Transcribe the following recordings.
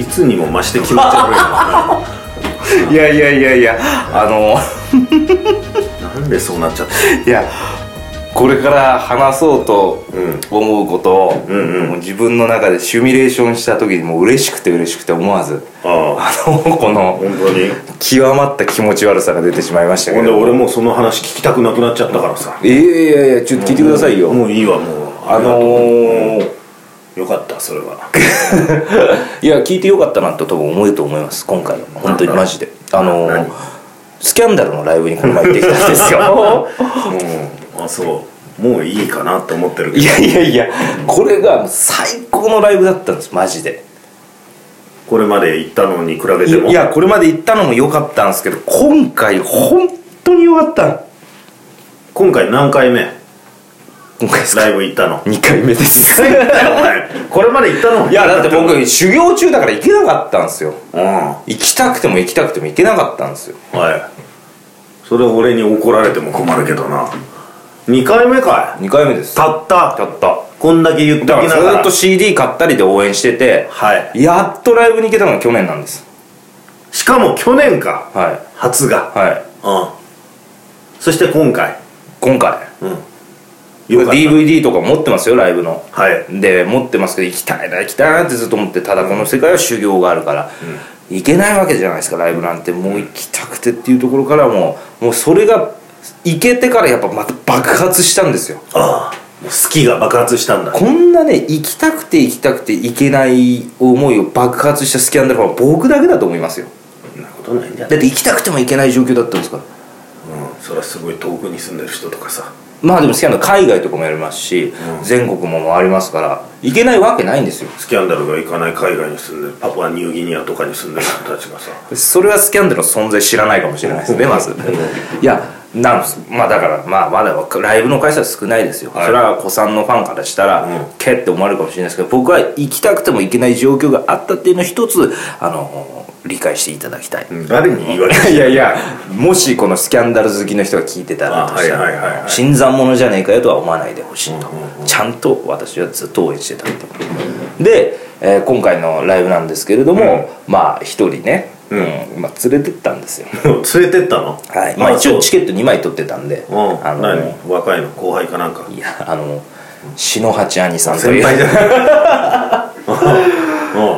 いつにも増して気持ち悪いないやいやいやいやあのなんでそうなっちゃったいやこれから話そうとうん思うことを、うんうんもう自分の中でシミュレーションした時にもう嬉しくて嬉しくて思わずあああのこの本当に極まった気持ち悪さが出てしまいましたけほんでど俺もうその話聞きたくなくなっちゃったからさいやいやいやちょっと聞いてくださいよ、もういいわもうあのーよかったそれはいや聞いてよかったなと多分思うと思います今回は本当にマジであの何スキャンダルのライブにこの前行ってきたんです ようんあそうもういいかなと思ってるけいどやいやいやこれが最高のライブだったんですマジでこれまで行ったのに比べいてもいやこれまで行ったのも良かったんですけど今回本当に良かった今回何回目今回ですかライブ行ったの2回目です これまで行ったのいやだって僕修行中だから行けなかったんですようんは行きたくても行きたくても行けなかったんですよいそれ俺に怒られても困るけどな2回目かい2回目ですたったたったこんだけ言っときだながかららずっと CD 買ったりで応援しててはいやっとライブに行けたのが去年なんですしかも去年かはい初がはいうんそして今回今回うんよかった DVD とか持ってますよライブのはいで持ってますけど行きたいな行きたいなってずっと思ってただこの世界は修行があるから、行けないわけじゃないですかライブなんてもう行きたくてっていうところからもうもうそれが行けてからやっぱまた爆発したんですよああもう好きが爆発したんだこんなね行きたくて行きたくて行けない思いを爆発したスキャンダルは僕だけだと思いますよそんなことないんじゃないだって行きたくても行けない状況だったんですからうんそれはすごい遠くに住んでる人とかさまあでもスキャンダル海外とかもやりますし、全国も回りますから行けないわけないんですよスキャンダルが行かない海外に住んでるパプアニューギニアとかに住んでる人たちがさそれはスキャンダルの存在知らないかもしれないで すねまずいやなんですまあだからまあまだライブの回数は少ないですよ、はいそれは子さんのファンからしたら、うんけって思われるかもしれないですけど僕は行きたくても行けない状況があったっていうのを一つあの理解していただきたい、誰に言われて いやいやもしこのスキャンダル好きの人が聞いてたらあとしたはいはいはいはらい新参者じゃねえかよとは思わないでほしいと、うんうんちゃんと私はずっと応援してたと、で、えー今回のライブなんですけれども、まあ一人ね、うんうんまあ、連れてったんですよ連れてったのはい、まあ、一応チケット2枚取ってたんで、うんあの何若いの後輩かなんかいやあの篠八兄さんと先い輩じうゃ ないうね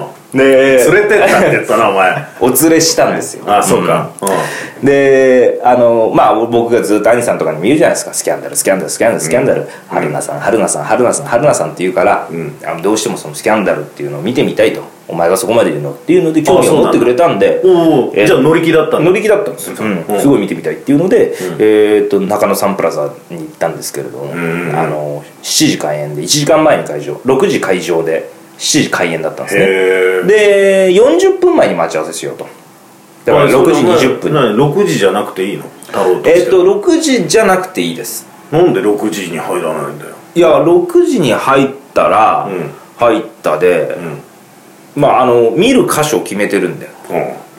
ん連れてったって言ったなお前お連れしたんですよああそうかうであのまあ僕がずっと兄さんとかにも言うじゃないですかスキャンダルスキャンダルスキャンダルスキャンダル、春菜さん春菜さん春菜さん春菜さんって言うから、うんあのどうしてもそのスキャンダルっていうのを見てみたいとお前がそこまで言うのっていうので興味あそうをなん持っだてくれたんでんおおえじゃあ乗り気だったんだ乗り気だったんですよ、うんすごい見てみたいっていうので、えー、と中野サンプラザに行ったんですけれども、んあの7時開演で1時間前に会場6時会場で7時開演だったんですねへえで40分前に待ち合わせしようとだから6時20分に何6時じゃなくていいの太郎としてえっと6時じゃなくていいですなんで6時に入らないんだよいや6時に入ったら、うん入ったでう、んまああの見る箇所を決めてるんだよ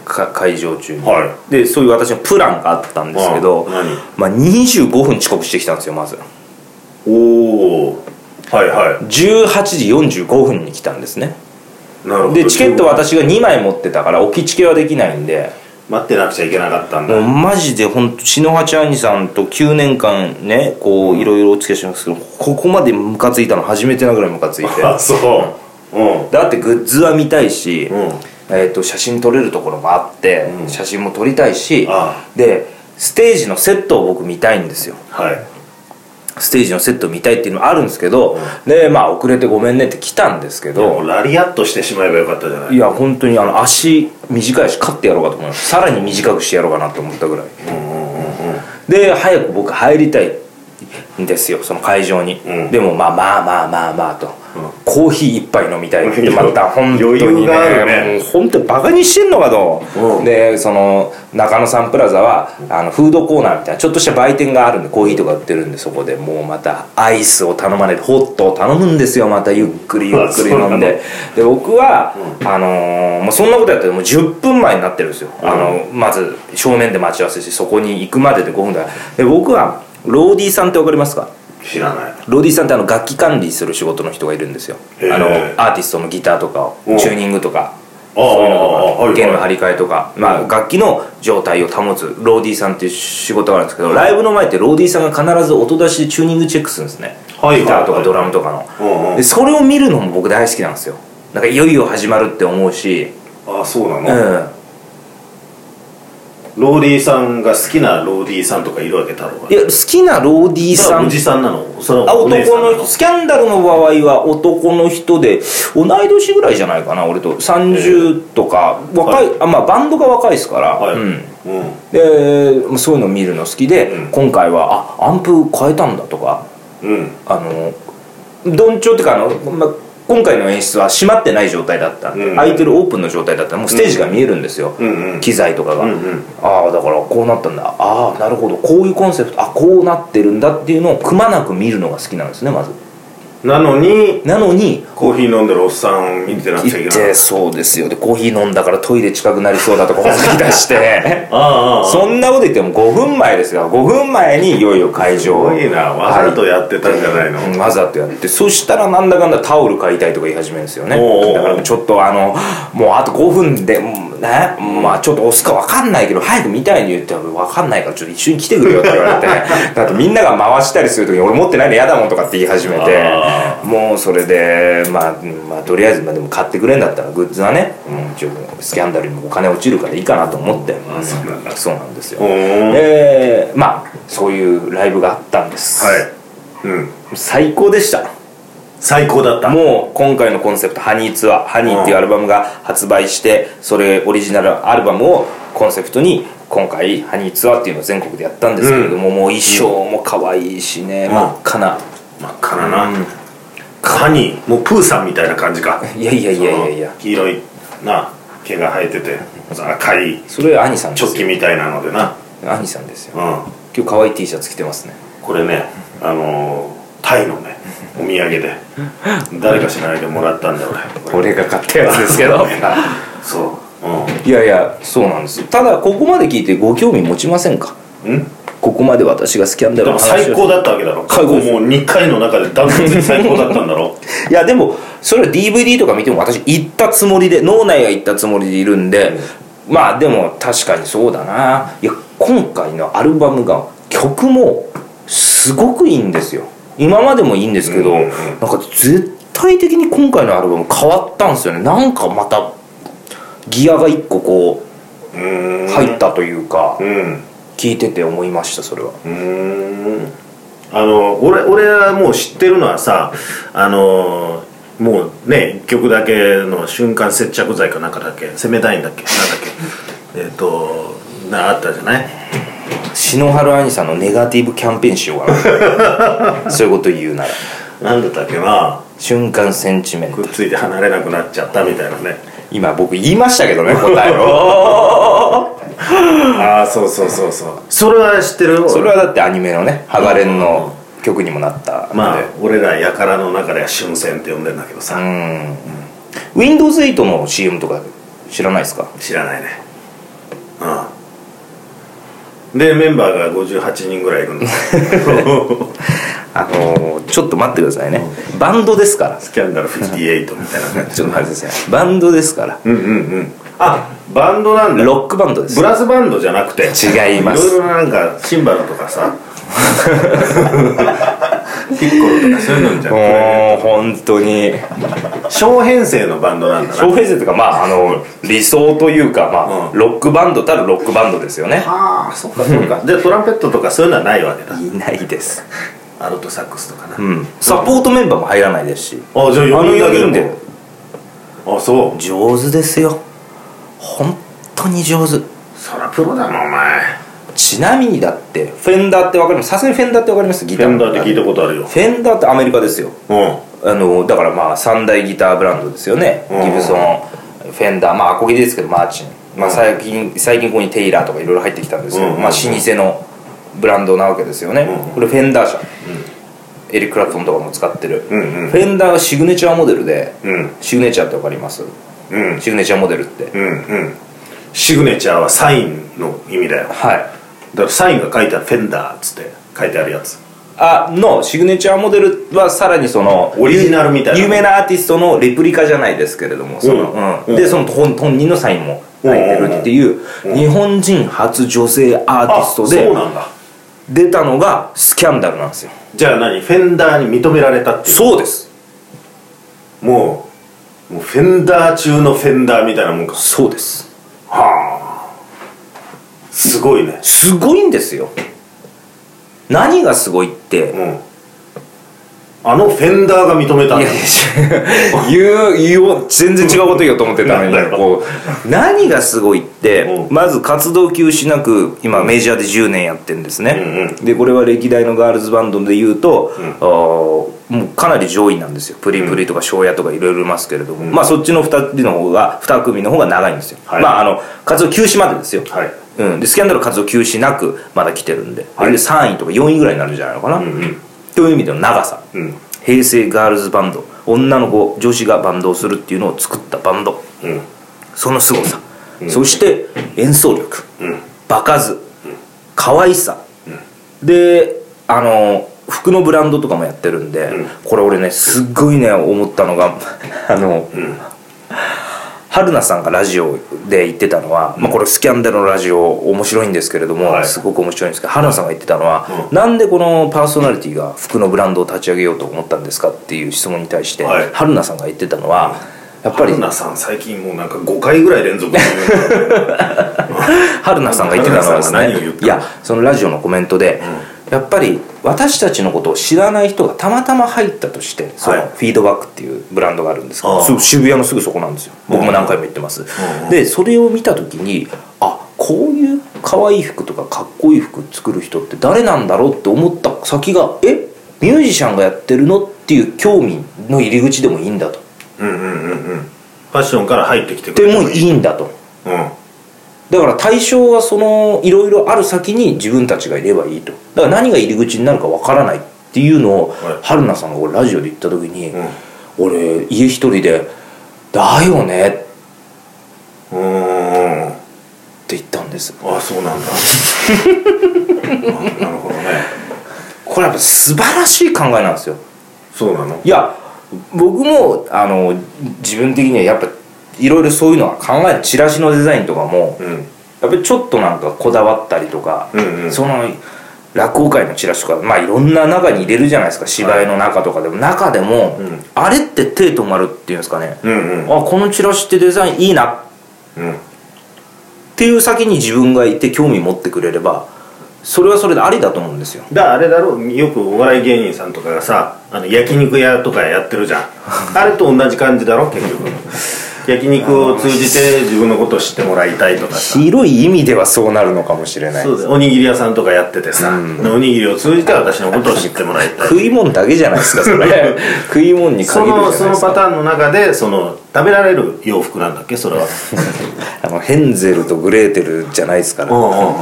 うか会場中に、んはいでそういう私のプランがあったんですけど、うん何まあ、25分遅刻してきたんですよまずおおはいは18時45分に来たんですねいなるほどでチケット私が2枚持ってたから置きチケはできないんで待ってなくちゃいけなかったんだもうマジで本当篠八兄さんと9年間ねこういろいろお付き合いしてますけどここまでムカついたの初めてなぐらいムカついて あそううんだってグッズは見たいし、うんえー、と写真撮れるところもあって、うん写真も撮りたいしあでステージのセットを僕見たいんですよはいステージのセット見たいっていうのもあるんですけど、でまあ遅れてごめんねって来たんですけもどうラリアットしてしまえばよかったじゃないいや本当にあの足短いし勝ってやろうかと思いましたさらに短くしてやろうかなと思ったぐらいで早く僕入りたいんですよその会場に、うんでもまあまあまあまあまあと、コーヒー一杯飲み たいってうんまた本当にね余裕があるねもう本当にバカにしてんのかと、うんでその中野サンプラザはあのフードコーナーみたいなちょっとした売店があるんでコーヒーとか売ってるんでそこでもうまたアイスを頼まれてホットを頼むんですよまたゆっくりゆっくり飲んでで僕は、あのーもうそんなことやってもう10分前になってるんですよ、あのまず正面で待ち合わせしてそこに行くまでで5分だで僕はローディーさんって分かりますか知らないロディさんってあの楽器管理する仕事の人がいるんですよへーあのアーティストのギターとかをうんチューニングとかああそういうのあああとはかい弦の張り替えとか、まあ、楽器の状態を保つローディーさんっていう仕事があるんですけどライブの前ってローディーさんが必ず音出しでチューニングチェックするんですねはいはいはいギターとかドラムとかのうんうんでそれを見るのも僕大好きなんですよなんかいよいよ始まるって思うしあそうなうの、んローディーさんが好きなローディーさんとかいるわけだろうがいや好きなローディーじゃさあおんじさんなのそれあはお男姉さんなの人スキャンダルの場合は男の人で同い年ぐらいじゃないかな俺と30とか若い、あまあバンドが若いですから、はいうんうんでまあそういうの見るの好きで、うん今回はあアンプ変えたんだとかうんあのどんちょうっていうかあの、まあ、今回の演出は閉まってない状態だったんで、うん空いてるオープンの状態だったんでもうステージが見えるんですよ、うんうん機材とかが、うんうんああだからこうなったんだああなるほどこういうコンセプトあこうなってるんだっていうのをくまなく見るのが好きなんですねまずなのになのにコーヒー飲んでるおっさんを見てなくちゃいけ行っないてそうですよでコーヒー飲んだからトイレ近くなりそうだとか本気出して ああああそんなこと言っても5分前ですよ5分前にいよいよ会す場ごいなわざとやってたんじゃないの、うんわざとやってそしたらなんだかんだタオル買いたいとか言い始めるんですよねおうおうおうだからちょっとあのもうあと5分でうんねまあちょっと押すか分かんないけど早く見たいに言って分かんないからちょっと一緒に来てくれよって 言われてだってみんなが回したりする時に俺持ってないの嫌だもんとかって言い始めあてもうそれでまあ、うんまあ、とりあえずまあでも買ってくれんだったらグッズはね、うん、一応スキャンダルにもお金落ちるからいいかなと思って、あそうなんだそうなんですよほーんえーまあそういうライブがあったんです、はいうん最高でした最高だったもう今回のコンセプト「ハニーツアーハニーっていうアルバムが発売してそれオリジナルアルバムをコンセプトに今回「ハニーツアーっていうのを全国でやったんですけれども、もう衣装も可愛いしね、うん真っ赤な、真っ赤なな、うんカニもうプーさんみたいな感じかいやいやいやいやいやその黄色いな毛が生えてて赤いそれは兄さんでチョッすキよみたいなのでな兄さんですようん今日可愛い T シャツ着てますねこれねあのータイのねお土産で誰か知らないけどもらったんだよ俺俺が買ったやつですけどそうう いやいやそうなんですただここまで聞いてご興味持ちませんかんんここまで私がスキャンダでルのも話を最高だったわけだろ過去もう2回の中でダントツに最高だったんだろいやでもそれは DVD とか見ても私行ったつもりで脳内が行ったつもりでいるんで、まあでも確かにそうだないや今回のアルバムが曲もすごくいいんですよ今までもいいんですけど、うんうんうんなんか絶対的に今回のアルバム変わったんですよねなんかまたギアが一個こうーんう入ったというか、うん聞いてて思いましたそれはうーんあの俺俺はもう知ってるのはさあのもうね1曲だけの瞬間接着剤かなんかだっけ攻めたいんだっけなんだっけえっ、 となあったじゃない篠原兄さんのネガティブキャンペーンしようか なそういうこと言うならなんだったっけな瞬間センチメントくっついて離れなくなっちゃったみたいなね今僕言いましたけ どね答えをああそうそうそうそうそれは知ってるそれはだってアニメのね「ハガレン」の曲にもなったんで、まあ俺らやからの中では春戦って呼んでんだけどさ、うん Windows8 の CM とか知らないですか知らないねうんでメンバーが58人ぐらいい るんですあのーちょっと待ってくださいねバンドですからスキャン ダル58みたいな感じちょっと待ってくださいバンドですからうんうんうんあバンドなんだロックバンドですブラスバンドじゃなくて違いますいろいろなんかシンバルとかさピッコロとかそういうのじゃなくてもう本当に小編成のバンドなんだな小平成というかまああの理想というかまあ、うんロックバンドたるロックバンドですよねああそうかそうかでトランペットとかそういうのはないわけだいないです、アルトサックスとかな、うん、サポートメンバーも入らないですしあじゃあ4人だけであの四人でもあそう上手ですよ本当に上手そらプロだなお前ちなみにだってフェンダーってわかりますさすがにフェンダーってわかりますギフターェンダーって聞いたたことあるよフェンダーってアメリカですようあのだからまあ三大ギターブランドですよねうんギブソンフェンダーまあアコギですけどマーチン、まあ、最近最近ここにテイラーとかいろいろ入ってきたんですけど、うんまあ、老舗のブランドなわけですよね、うんこれフェンダー社、エリック・クラプトンとかも使ってる、んうんフェンダーがシグネチャーモデルで、うんシグネチャーってわかりますうんシグネチャーモデルって、うんうんシグネチャーはサインの意味だよだかはいらサインが書いてあるフェンダーっつって書いてあるやつああのシグネチャーモデルはさらにそのオリジナルみたいな有名なアーティストのレプリカじゃないですけれどもその、うんうんでその本本人のサインも入ってるっていう日本人初女性アーティあスそトうでなんだ出たのがスキャンダルなんですよじゃあ何フェンダーに認められたっていうそうですもうもうフェンダー中のフェンダーみたいなもんかそうですはあすごいねすごいんですよ何がすごいって、うんあのフェンダーが認めたんいだやいや違う言う言おう全然違うこと言おうと思ってたのになんだよこう何がすごいってうんまず活動休止なく今メジャーで10年やってるんですね、でこれは歴代のガールズバンドで言うと、あーもうかなり上位なんですよプリプリとか庄屋とかいろいろいますけれども、まあそっちの2人の方が2組の方が長いんですよ、はいまああの活動休止までですよ、はいうん、でスキャンダル活動休止なくまだ来てるんで,、はいで3位とか4位ぐらいになるんじゃないのかな、という意味での長さ、うん平成ガールズバンド女の子女子がバンドをするっていうのを作ったバンドうんその凄さ、そして演奏力、うん場数、可愛さ、であの服のブランドとかもやってるんで、これ俺ねすっごいね思ったのが あの、春菜さんがラジオで言ってたのは、まあ、これスキャンダルのラジオ面白いんですけれども、はいすごく面白いんですけど春菜さんが言ってたのは、なんでこのパーソナリティが服のブランドを立ち上げようと思ったんですかっていう質問に対して、はい春菜さんが言ってたのはやっぱり春菜さん最近もうなんか5回ぐらい連続で春菜さんが言ってたのはで春菜さすんが何を言っねたいやそのラジオのコメントで、やっぱり私たちのことを知らない人がたまたま入ったとしてそのはいフィードバックっていうブランドがあるんですけあどあすぐ渋谷のすぐそこなんですよ僕も何回も言ってます、でそれを見た時にあこういう可愛い服とかかっこいい服作る人って誰なんだろうって思った先がえミュージシャンがやってるのっていう興味の入り口でもいいんだと うんうんうんうんファッションから入ってきてくでれもいいんだとうんだから対象がそのいろいろある先に自分たちがいればいいとだから何が入り口になるかわからないっていうのを、はい春菜さんが俺ラジオで言った時に、うん俺家一人で「だよね」ってうーん言ったんですあそうなんだ あなるほどねこれやっぱ素晴らしい考えなんですよそうなのいや僕もあの自分的にはやっぱいろいろそういうのは考えるチラシのデザインとかもうんやっぱりちょっとなんかこだわったりとか、うんうんその落語会のチラシとかまあいろんな中に入れるじゃないですか芝居の中とかでも、中でも、んあれって手止まるっていうんですかね、うんうんあこのチラシってデザインいいなっうんていう先に自分がいて興味持ってくれればそれはそれでありだと思うんですよだからあれだろうよくお笑い芸人さんとかがさあの焼肉屋とかやってる じゃんあれと同じ感じだろ結局焼肉を通じて自分のことを知ってもらいたいとかさ広い意味ではそうなるのかもしれないそうだよおにぎり屋さんとかやっててさ、おにぎりを通じて私のことを知ってもらいたい食い物だけじゃないですかそれ食い物にそ限るじゃないのですそかのパターンの中でその食べられる洋服なんだっけそれはあのヘンゼルとグレーテルじゃないですから、あ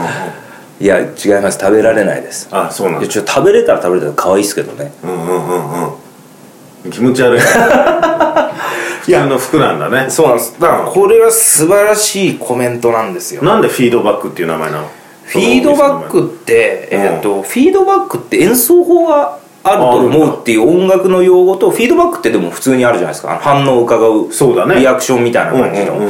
いや違います食べられないですあそうなんいやだちょっと食べれたら食べれたら可愛いですけどねうんうんうんうん気持ち悪い いやあの服なんだねそうなんですだからこれは素晴らしいコメントなんですよなんでフィードバックっていう名前なのフィードバックって、うんえー、とフィードバックって演奏法があると思うっていう音楽の用語とフィードバックってでも普通にあるじゃないですかあの反応を伺うそうだねリアクションみたいなうんうん感じの、うんうん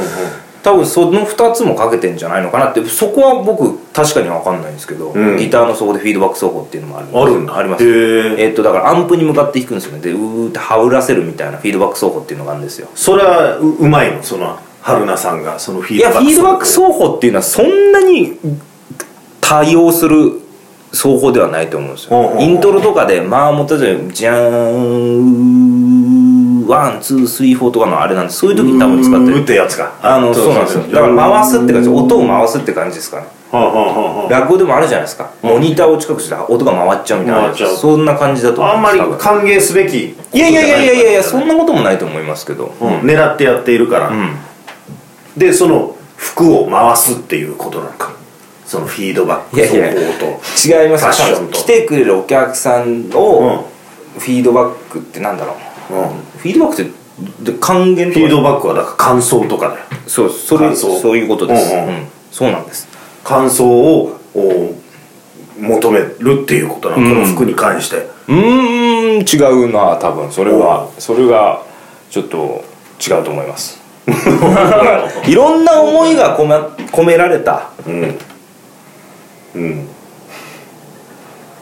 多分その2つもかけてんじゃないのかなってそこは僕確かに分かんないんですけど、うんギターの奏でフィードバック奏法っていうのもあるあるんだありますへーえっとだからアンプに向かって弾くんですよねでうーって羽織らせるみたいなフィードバック奏法っていうのがあるんですよそれはううまいのその春菜さんがそのフィいードやバッフクィードバック奏法っていうのはそんなに多用する奏法ではないと思うんですうんうんうんよイントロとかでまあもったじゃんじゃーんワンツースリーフォーとかのあれなんでそういう時に多分使ってうーんっるてやつかあのそうなんですよだから回すって感じ音を回すって感じですかねはあはあはあはあ落語でもあるじゃないですかモニターを近くして音が回っちゃうみたい回っちなゃうそんな感じだと思あいんまますり多分歓迎すべきこといじゃやないやいやいやいやそんなこともないと思いますけどうん狙ってやっているから、んでその服を回すっていうことなのかそのフィードバックいやいや走行と違いますファッションと来てくれるお客さんをフィードバックってなんだろううんフィードバックってで還元フィーとドかバックはだから感想とかだよそうそれ感想そういうことですうんうんうんそうなんです感想をお求めるっていうことなの、この服に関してうーん違うな多分それはそれがちょっと違うと思いますいろんな思いが込め込められたうんうん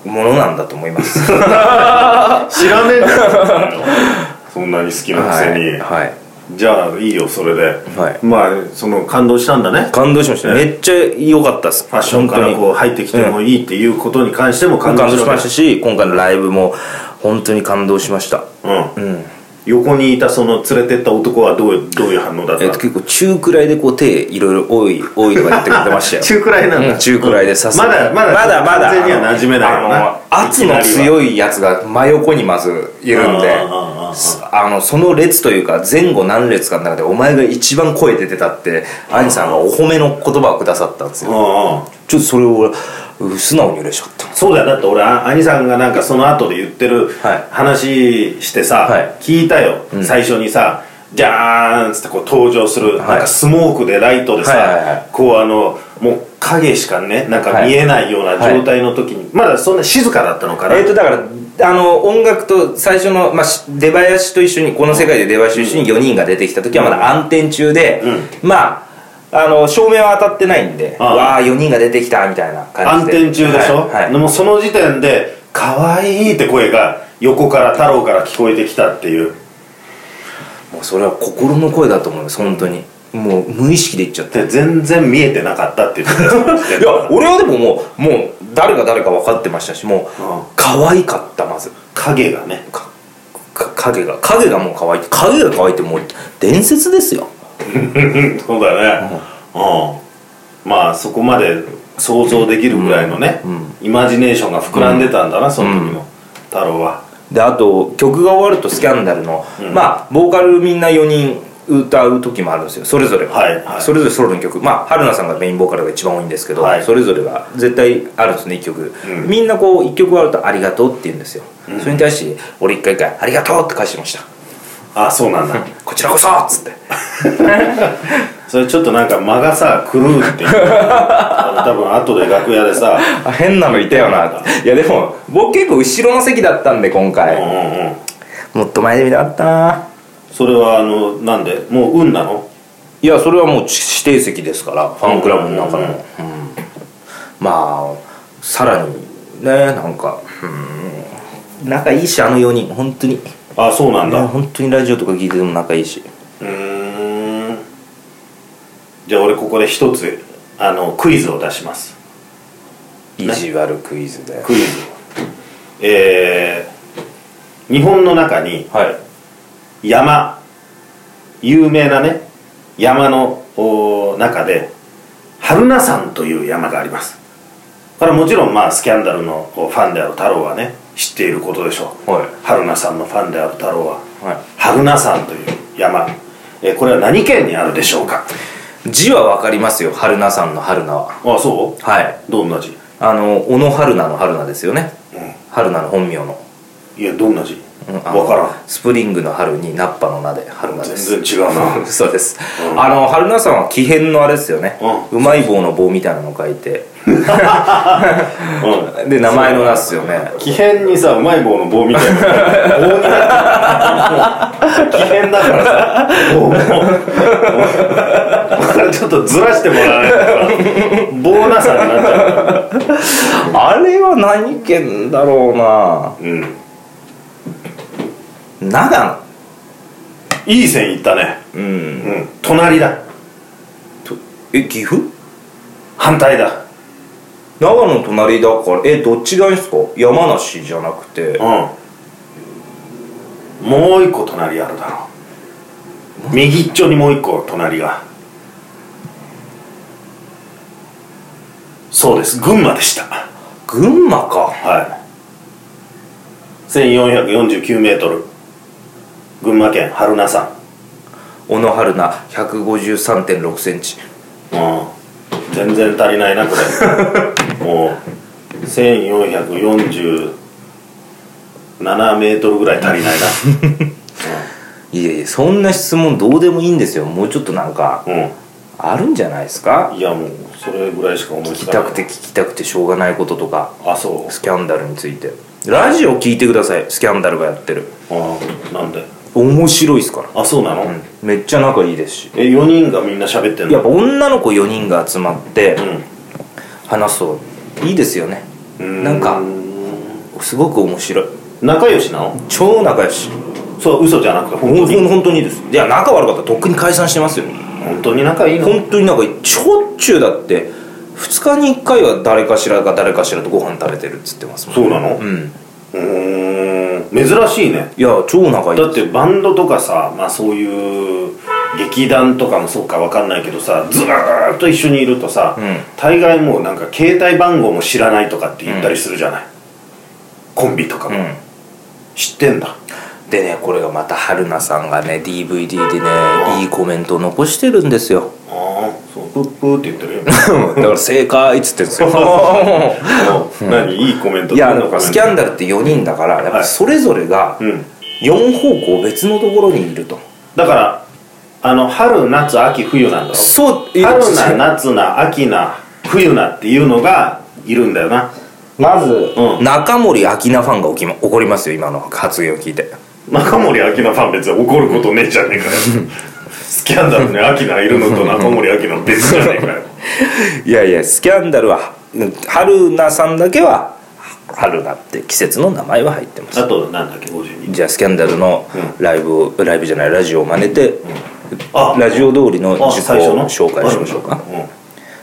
ものなんだと思いま す 知らねえんだよ そんなに好きなくせに、はいじゃあいいよそれで、はいまあその感動したんだね感動しましためっちゃ良かったですファッションから本当にこう入ってきてもいいっていうことに関しても感動感動ししままししたし今回のライブも本当に感動しましたた、うんうん横にいたその連れてった男はどうどういう反応だっえっとた結構中くらいでこう手いろいろ多い多いとか言ってくれてましたよ 中くらいなんだ、うん中くらいでさすがまだまだまだまだ完全には馴染めないよなあの圧の強いやつが真横にまずいるんであああああああのその列というか前後何列かの中でお前が一番声出てたって兄さんがお褒めの言葉をくださったんですようんうんちょっとそれを俺素直に嬉しかったそうだよだって俺あ兄さんがなんかその後で言ってるはい話してさ、はい聞いたよ、最初にさじゃーんっつってこう登場する、いなんかスモークでライトでさ、はいはいはいこうあのもう影しかねなんか見えないような状態の時に、まだそんな静かだったのかな、えー、とだからあの音楽と最初の、まあ、し出囃子と一緒にこの世界で出囃子と一緒に4人が出てきた時はまだ暗転中で、まああの照明は当たってないんでああわあ4人が出てきたみたいな暗感じで転中でしょ、はいはいでもその時点で「可愛いって声が横から太郎から聞こえてきたっていうもうそれは心の声だと思います本当にもう無意識で言っちゃってで全然見えてなかったっていう いや俺はでももうもう誰が誰か分かってましたしもうああ可愛かったまず影がねかか影が影がもう可愛い影が可愛いってもう伝説ですようんそうだねうんまあそこまで想像できるぐらいのね、イマジネーションが膨らんでたんだな、その時の太郎はであと曲が終わるとスキャンダルの、まあボーカルみんな4人歌う時もあるんですよそれぞれが、はいはいそれぞれソロの曲まあ春菜さんがメインボーカルが一番多いんですけど、はいそれぞれが絶対あるんですね1曲、みんなこう1曲終わると「ありがとう」って言うんですよ、それに対して俺一回一回「ありがとう」って返してましたあそうなんだ「こちらこそ!」っ つってそれちょっとなんか間がさ狂うっていう あの多分後で楽屋でさあ変なのいた よなっていやでも僕結構後ろの席だったんで今うんう回、んうんもっと前で見たかったなそれはあのなんでもう運なのいやそれはもう指定席ですからファンクラブの中の、うんうんまあさらにねなんか、うん、仲いいしあの4人本当にいあそうなんだや本当にラジオとか聞いてても仲いいしうーんじゃあ俺ここで一つあのクイズを出します意地悪クイズで、クイズえー、日本の中にはい山有名なね山のおー中で春名山という山がありますこれはもちろんまあスキャンダルのおファンである太郎はね知っていることでしょう、はい春名山のファンである太郎はは春名山という山えーこれは何県にあるでしょうかい字は分かりますよ春菜さんの春菜はあそはいうどんな字あの小野春菜の春菜ですよね、うん春菜の本名の,、いやどんな字、うわあのからんスプリングの春にナッパの名で春菜です全然違う なそうです、うんあの春菜さんは奇変のあれですよね、うまい棒の棒みたいなの書いてうで名前のなっすよねん奇変にさうまい棒の 棒みたいな棒になってる奇変だからさ棒 ももうちょっとずらしてもらわないとさ棒なさになっちゃうからあれは何県だろうなうん長いい線いったね野うんうん隣だとえ岐阜反対だ長野の隣だからえどっちがいいんすか山梨じゃなくてうんもう一個隣あるだろ右っちょにもう一個隣がそうです群馬でした群馬かはい1449メートル群馬県春名山小野春菜153.6センチうん全然足りないなこれもう1447メートルぐらい足りないいやいやそんな質問どうでもいいんですよもうちょっとなんかなうん、あるんじゃないですかいやもうそれぐらいしか思い聞つきかたないくて聞きたくてしょうがないこととかあそうスキャンダルについてラジオ聞いてくださいスキャンダルがやってるああなんで面白いっすからあそうなの、めっちゃ仲いいですしえ4人がみんな喋ってんのやっぱ女の子4人が集まって話すといいですよねうんなんかすごく面白い仲良しなの超仲良しそう嘘じゃなくて本当ほんに本当にですいや仲悪かったらとっくに解散してますよ本当に仲いいの本当になんかしょっちゅうだって2日に1回は誰かしらが誰かしらとご飯食べてるっつってますもんそうなのう、んうーん珍しいねいや超仲いいだってバンドとかさまあそういう劇団とかもそうかわかんないけどさずーっと一緒にいるとさ、ん大概もうなんか携帯番号も知らないとかって言ったりするじゃない、コンビとかうも、ん知ってんだでねこれがまた春菜さんがね DVD でねいいコメントを残してるんですよああそうプップーって言ってる よだから正解っつってんです ようん何いいコメントいやなんか好スきキャンダルって4人だからやっぱそれぞれがうん4方向別のところにいるとだからあの春夏秋冬なんだろそう春なな夏な秋な冬なっていうのがいるんだよなまずう中森明菜ファンが起きま怒りますよ今の発言を聞いて中森明菜ファン別に怒ることねえじゃねえか よスキャンダルに明菜いるのと中森明菜は別じゃねえか よいやいやスキャンダルはうん春菜さんだけは春菜って季節の名前は入ってますあとなんだっけ52じゃあスキャンダルのライブを、ライブじゃないラジオを真似て、あラジオ通りのあ自己最初の紹介しましょうかん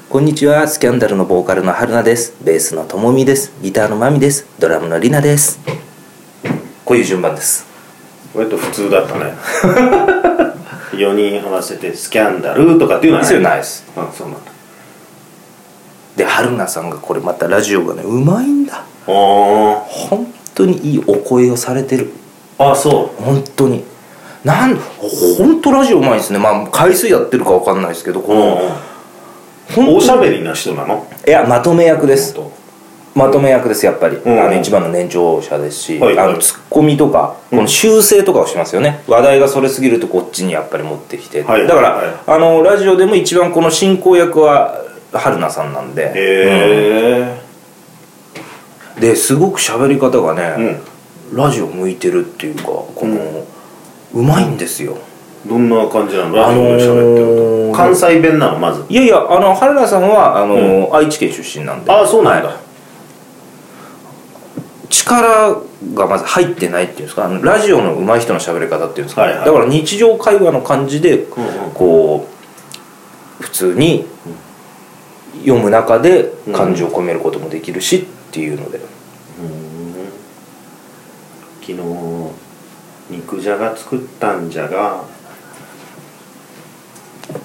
こんにちはスキャンダルのボーカルの春菜ですベースのともみですギターのまみですドラムのりなですこういう順番です割と普通だったね 4人合わせてスキャンダルとかっていうのはそういうのはないですあそうなんだで春菜さんがこれまたラジオがねうまいんだあ本当にいいお声をされてるああそう本当になん本当ラジオうまいですねまあ回数やってるかわかんないですけどこの、うんお本しゃべりな人なの当いやまとめ役です本まとめ役ですやっぱり、んあの一番の年長者ですし、はいはいあのツッコミとか、この修正とかをしますよね話題がそれすぎるとこっちにやっぱり持ってきて、はいだから、はいあのラジオでも一番この進行役は春菜さんなん当で、へえ、ですごく喋り方がうんね、ラジオ向いてるっていうかこの、うまいんですよ、どんな感じなのラジオで喋ってると、あのー関西弁なのまずいやいやあの春菜さんはあの、愛知県出身なんでああそうなんだ、はい力がまず入ってないっていうんですかあのラジオの上手い人の喋り方っていうんですか、はいはいだから日常会話の感じで、んうんこう普通に読む中で感情を込めることもできるしっていうので、昨日肉じゃが作ったんじゃが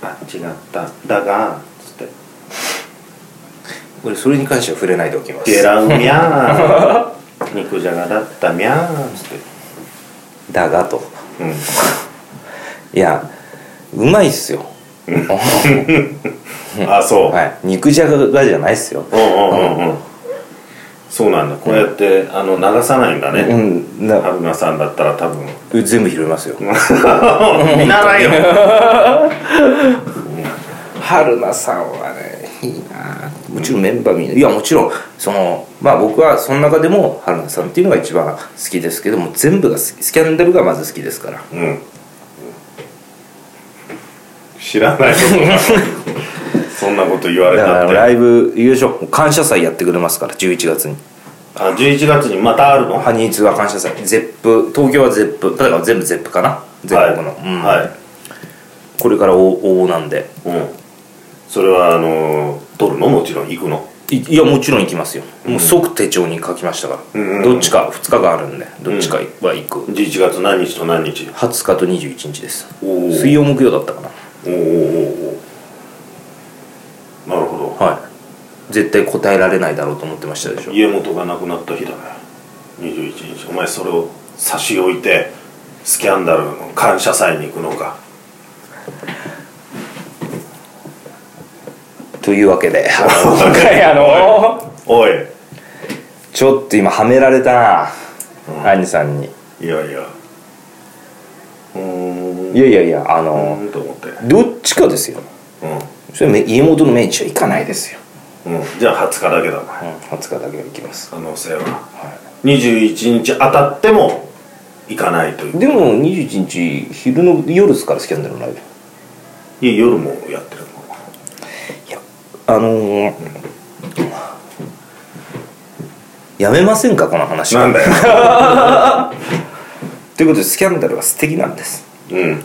あ違っただがつ って俺それに関しては触れないでおき「まゲすラウミャー肉じゃがだったミャー」つってだがとうんいやうまいっすよあそう、はい肉じゃがじゃないっすようんうんうんうんそうなんだこうやって、あの流さないんだうね、んな春菜さんだったら多分全部拾いますよ見習いよ春菜さんはねいいなもちろんメンバーみんないやもちろんそのまあ僕はその中でも春菜さんっていうのが一番好きですけども全部が好きスキャンダルがまず好きですからうん知らないことだそんなこと言われ だかたっらてライブ優勝感謝祭やってくれますから11月にあ11月にまたあるのハニーツは感謝祭ゼップ東京はゼップだから全部ゼップかな全国の、はいうんはいこれから応応募なんでうん、それはあのー撮るのもちろん行くのいいやもちろん行きますよ、もう即手帳に書きましたから、うんうんうんどっちか2日があるんでどっちかは行く、 11月何日と何日20日と21日ですおー水曜木曜だったかなおーおーおーおーなるほどはい絶対答えられないだろうと思ってましたでしょ家元が亡くなった日だね21日お前それを差し置いてスキャンダルの感謝祭に行くのかというわけであの今回あのおいちょっと今はめられたな、アンニさんにいやいやうーんいやいやいやあうのーんと思ってどっちかですようそれめ家元の命日は行かないですよ、うん、じゃあ20日だけだなうん、20日だけは行きます、可能性は、は21日当たっても行かないといいうでも21日昼の夜ですからスキャンダルのライブいや夜もやってるのかいやあのーやめませんかこの話ななんだよということでスキャンダルは素敵なんですうんもう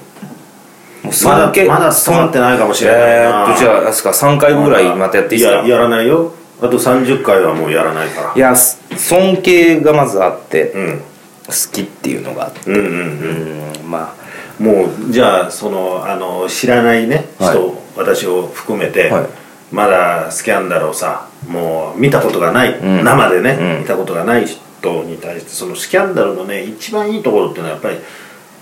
まだ尊敬まだ伝わってないかもしれないなえーっとじゃあなんすか3回ぐらいまたやっていいですかややらないよあと30回はもうやらないからいやす尊敬がまずあって、う好んきっていうのがあってうんうんうんうんまあもうじゃあそのあの知らないね人、はい私を含めて、はいまだスキャンダルをさもう見たことがない、ん生でね、うん見たことがない人に対してそのスキャンダルのね一番いいところっていうのはやっぱり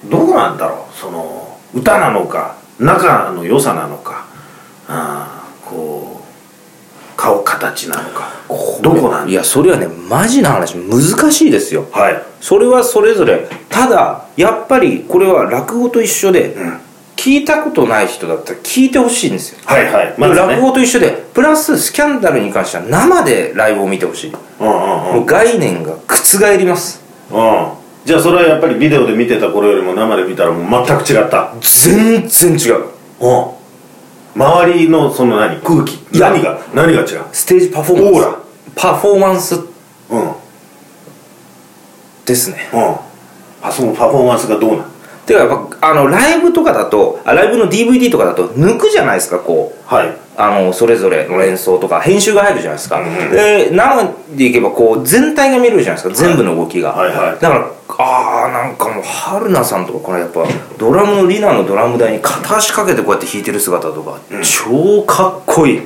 どうなんだろうその歌なのか仲の良さなのかあーこう顔形なのかどこなんいだやそれはねマジな話難しいですよはいそれはそれぞれただやっぱりこれは落語と一緒で、ん聞いたことない人だったら聞いてほしいんですよ、はいはいまずね落語と一緒でプラススキャンダルに関しては生でライブを見てほしい、うんうんうんもう概念が覆りますうんじゃあそれはやっぱりビデオで見てた頃よりも生で見たらもう全く違った全然違ううん周りのその何空気いや何が何が違うステージパフォーマンスオーラパフォーマンスうんうんですねあそのパフォーマンスがどうなんてかやっぱあのライブとかだとあライブの DVD とかだと抜くじゃないですかこうはいあのそれぞれの演奏とか編集が入るじゃないですか、うんうんで生でいけばこう全体が見れるじゃないですか全部の動きが、はいはいだからああなんかもう春菜さんとかこのやっぱドラムのリナのドラム台に片足かけてこうやって弾いてる姿とか、うん超かっこいい、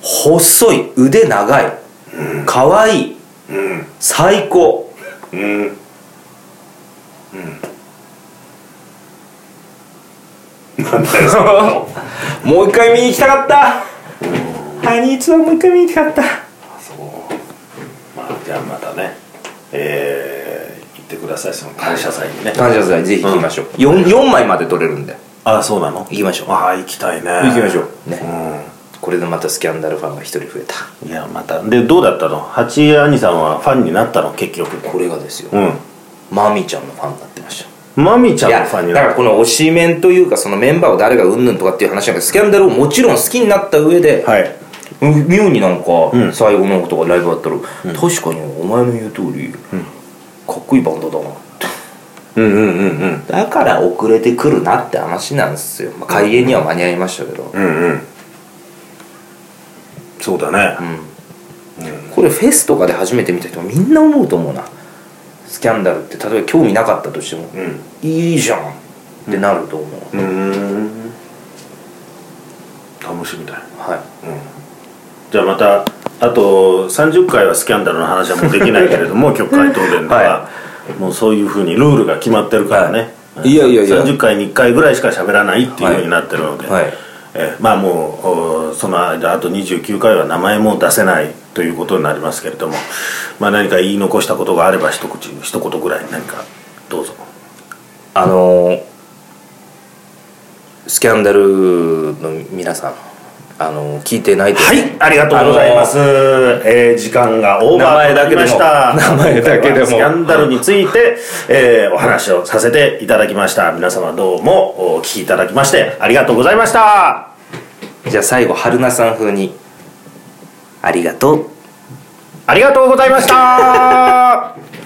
細い腕長い可愛、いいうん最高うんうんなんだよその もう一回見に行きたかったハニーツアーもう一回見に行きたかったあそうまあじゃあまたねえー、言ってくださいその感謝祭にね感謝祭ぜひ行きましょう、四四 4, 枚まで取れるんでああそうなの行きましょうああ行きたいね行きましょうねうんこれでまたスキャンダルファンが一人増えたいやまたでどうだったの八兄さんはファンになったの結局これがですよ、うんマミちゃんのファンになってましたマミちゃいんやのファンにだかならったこの推しメンというかそのメンバーを誰がうんぬんとかっていう話なんですけどスキャンダルをもちろん好きになった上で、はいうん妙になんかうん最後のとかライブあったら、確かにお前の言う通り、かっこいいバンドだなってうんうんうんうんだから遅れてくるなって話なんですよ、まあ、開演には間に合いましたけど、うんうんそうだねこれフェスとかで初めて見た人もみんな思うと思うなスキャンダルって例えば興味なかったとしても、うんいいじゃんってなると思う、うん楽しみだよはいじゃあまたあと30回はスキャンダルの話はもうできないけれど も曲回答弁とか、はもうそういうふうにルールが決まってるからね、はいいやいやいや30回に1回ぐらいしか喋らないっていうふうになってるので、はいえーまあもうおーその間あと29回は名前も出せないということになりますけれども、まあ、何か言い残したことがあれば一口一言ぐらい何かどうぞあのースキャンダルの皆さんあのー聞いてないとはいありがとうございます、えー時間がオーバーとなりました名前だけでも名前だけでもスキャンダルについて、えーお話をさせていただきました皆様どうもお聞きいただきましてありがとうございましたじゃあ最後春菜さん風にありがとうありがとうございました